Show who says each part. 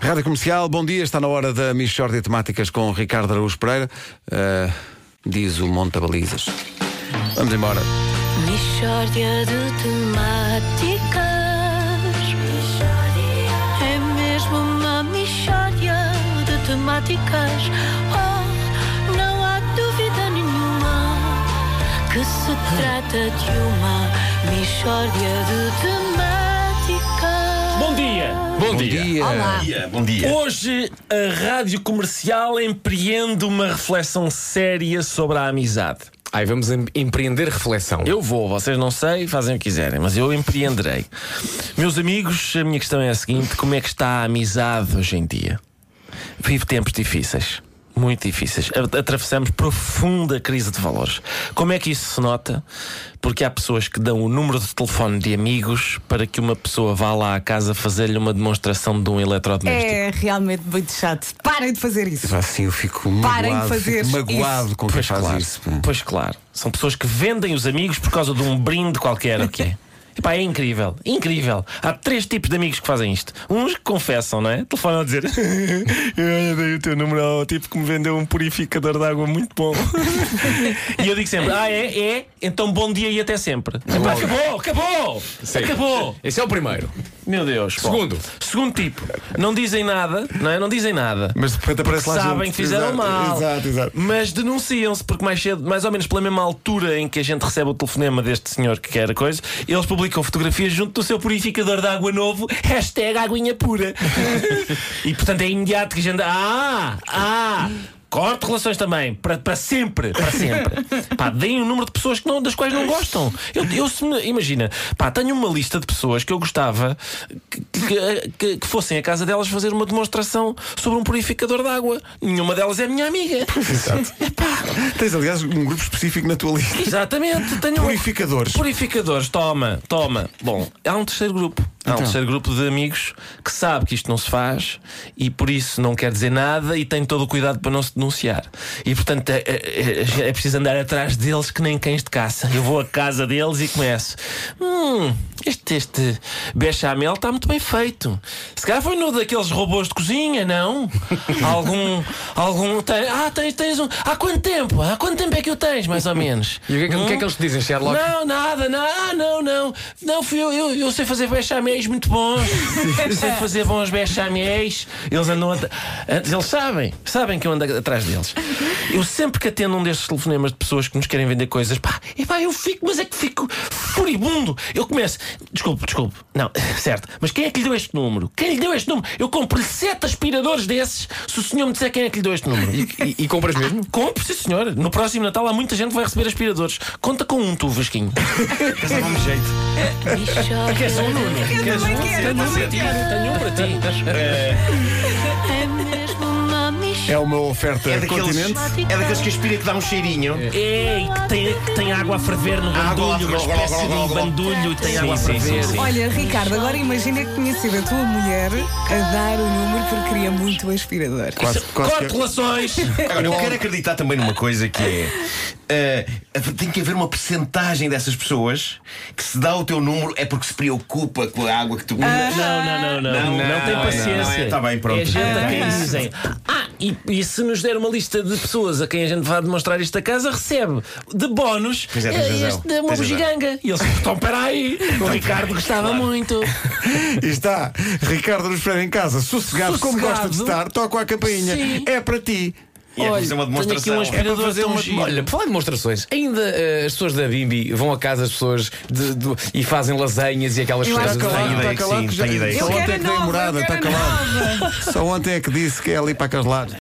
Speaker 1: Rádio Comercial, bom dia. Está na hora da Michórdia de Temáticas com Ricardo Araújo Pereira. Ah, diz o Monta Balizas. Vamos embora.
Speaker 2: Mishória de temáticas É mesmo uma mishória de temáticas Oh, não há dúvida nenhuma Que se trata de uma mishória de temáticas
Speaker 3: Bom dia!
Speaker 1: Bom, dia.
Speaker 4: Bom dia.
Speaker 3: Hoje a rádio comercial empreende uma reflexão séria sobre a amizade.
Speaker 4: Ai, vamos em- empreender reflexão.
Speaker 3: Eu vou, vocês não sei, fazem o que quiserem, mas eu empreenderei. Meus amigos, a minha questão é a seguinte: como é que está a amizade hoje em dia? Vive tempos difíceis. Muito difíceis. A- Atravessamos profunda crise de valores. Como é que isso se nota? Porque há pessoas que dão o número de telefone de amigos para que uma pessoa vá lá à casa fazer-lhe uma demonstração de um eletrodoméstico.
Speaker 5: É realmente muito chato. Parem de fazer isso.
Speaker 1: Assim eu fico
Speaker 5: Parem de
Speaker 1: magoado,
Speaker 5: fazer
Speaker 1: fico magoado
Speaker 5: isso.
Speaker 1: com quem
Speaker 3: Pois
Speaker 1: faz
Speaker 3: claro,
Speaker 1: isso. pá.
Speaker 3: pois claro. São pessoas que vendem os amigos por causa de um brinde qualquer, ok? Epá, é incrível, incrível. Há três tipos de amigos que fazem isto. Uns que confessam, não é? Telefonam a dizer: Eu dei o teu número ao tipo que me vendeu um purificador de água muito bom. e eu digo sempre: Ah, é? É? Então bom dia e até sempre. Epá, acabou, acabou! Acabou!
Speaker 4: Esse é o primeiro.
Speaker 3: Meu Deus. bom.
Speaker 4: Segundo.
Speaker 3: Segundo tipo: Não dizem nada, não é? Não dizem nada
Speaker 1: Mas de repente aparece lá
Speaker 3: sabem
Speaker 1: gente.
Speaker 3: que fizeram
Speaker 1: Exato,
Speaker 3: mal.
Speaker 1: Exato, exato.
Speaker 3: Mas denunciam-se, porque mais cedo, mais ou menos pela mesma altura em que a gente recebe o telefonema deste senhor que quer a coisa, eles publicam fotografias junto do seu purificador de água novo, hashtag aguinha pura. e portanto é imediato que a gente. Ah! Ah! Corte relações também, para, para sempre, para sempre. Pá, deem o número de pessoas que não, das quais não gostam. Eu, eu se me- imagina, pá, tenho uma lista de pessoas que eu gostava que, que- que- que fossem à casa delas fazer uma demonstração sobre um purificador de água. Nenhuma delas é minha amiga.
Speaker 1: Tens, aliás, um grupo específico na tua lista.
Speaker 3: Exatamente, tenho um-
Speaker 1: Purificadores.
Speaker 3: Purificadores, toma, toma. Bom, há um terceiro grupo. Há um
Speaker 4: Então.
Speaker 3: terceiro grupo de amigos que sabe que isto não se faz e por isso não quer dizer nada e tem todo o cuidado para não se denunciar. E portanto é, é- é- é preciso andar atrás deles que nem cães de caça. Eu vou à casa deles e começo. Hum, este, este bechamel está muito bem feito. Se calhar foi no daqueles robôs de cozinha, não? algum. algum tem- ah, tens, tens um. Há quanto tempo? Há quanto tempo é que o tens, mais ou menos?
Speaker 4: E o que é que, o que é que eles te dizem, Sherlock?
Speaker 3: Não, nada, não, ah, não, não. Não, fui eu, eu, eu sei fazer bechaméis muito bons. Eu sei fazer bons bechaméis. Eles andam at- antes, eles sabem, sabem que eu ando atrás deles. Eu sempre que atendo um destes telefonemas de pessoas que nos querem vender coisas, pá, e pá, eu fico, mas é que fico furibundo. Eu começo, desculpe, desculpe, não, certo, mas quem é que lhe deu este número? Quem lhe deu este número? Eu compro-lhe sete aspiradores desses se o senhor me disser quem é que lhe deu este número.
Speaker 4: E, e compras mesmo?
Speaker 3: Compre, sim senhor. No próximo Natal há muita gente que vai receber aspiradores. Conta com um, tu, Vasquinho. Casava-me jeito.
Speaker 2: Mishória
Speaker 3: Queres um, Nuno? Queres um? Tenho um para ti. Tenho um para ti.
Speaker 2: é mesmo uma mishória
Speaker 1: É uma oferta
Speaker 6: É
Speaker 1: continente.
Speaker 6: daqueles, é daqueles que aspira que dá um cheirinho.
Speaker 3: É. Ei, que tem, que tem água a ferver no
Speaker 6: Água lá,
Speaker 3: bandulho. Uma
Speaker 6: água lá,
Speaker 3: espécie de
Speaker 6: água lá,
Speaker 3: um
Speaker 6: água lá.
Speaker 3: bandulho tem água a ferver.
Speaker 5: Olha, Ricardo, agora imagina que tinha sido a tua mulher a dar o número porque queria muito o aspirador.
Speaker 1: Quase, quase
Speaker 3: Corte
Speaker 1: que-
Speaker 3: relações.
Speaker 6: Agora, eu quero acreditar também numa coisa que é. eh, tem que haver uma percentagem dessas pessoas que se dá o teu número é porque se preocupa com a água que tu.
Speaker 3: Não, não, não, não.
Speaker 6: Não,
Speaker 3: Não,
Speaker 6: não,
Speaker 3: tem
Speaker 6: não, não,
Speaker 3: paciência.
Speaker 6: é, tá bem, pronto.
Speaker 3: É gente a
Speaker 6: É.
Speaker 3: quem dizem. Ah, e, e se nos der uma lista de pessoas a quem a gente vai demonstrar isto a casa, recebe de bónus
Speaker 6: Pois é, tens
Speaker 3: eh,
Speaker 6: razão.
Speaker 3: este de uma
Speaker 6: Tens razão.
Speaker 3: bugiganga. E eles então peraí, o Ricardo gostava muito.
Speaker 1: E está Ricardo nos Pereira em casa, sossegado, como
Speaker 3: Sossegado.
Speaker 1: gosta de estar, toca a campainha.
Speaker 3: Sim.
Speaker 1: É para ti.
Speaker 6: E é
Speaker 3: Olha,
Speaker 6: fazer uma
Speaker 3: tenho aqui
Speaker 6: demonstração.
Speaker 3: um aspirador.
Speaker 6: É
Speaker 1: É para fazer
Speaker 3: tão
Speaker 1: um
Speaker 3: giro.
Speaker 4: Olha, por falar de demonstrações, ainda eh, as pessoas da Bimbi vão a casa das pessoas de- do- e fazem lasanhas e aquelas
Speaker 5: Eu
Speaker 4: coisas.
Speaker 5: acho
Speaker 1: Está
Speaker 5: Tenho
Speaker 1: calado,
Speaker 6: ideia
Speaker 1: está
Speaker 6: que
Speaker 1: calado.
Speaker 6: sim,
Speaker 1: que já-
Speaker 6: tenho ideia que
Speaker 1: Só
Speaker 6: sim.
Speaker 1: ontem é
Speaker 5: Eu
Speaker 1: que
Speaker 5: quero
Speaker 1: dei
Speaker 5: nova,
Speaker 1: morada,
Speaker 5: eu
Speaker 1: está
Speaker 5: quero
Speaker 1: calado. Só ontem é que disse que é ali para aqueles lados.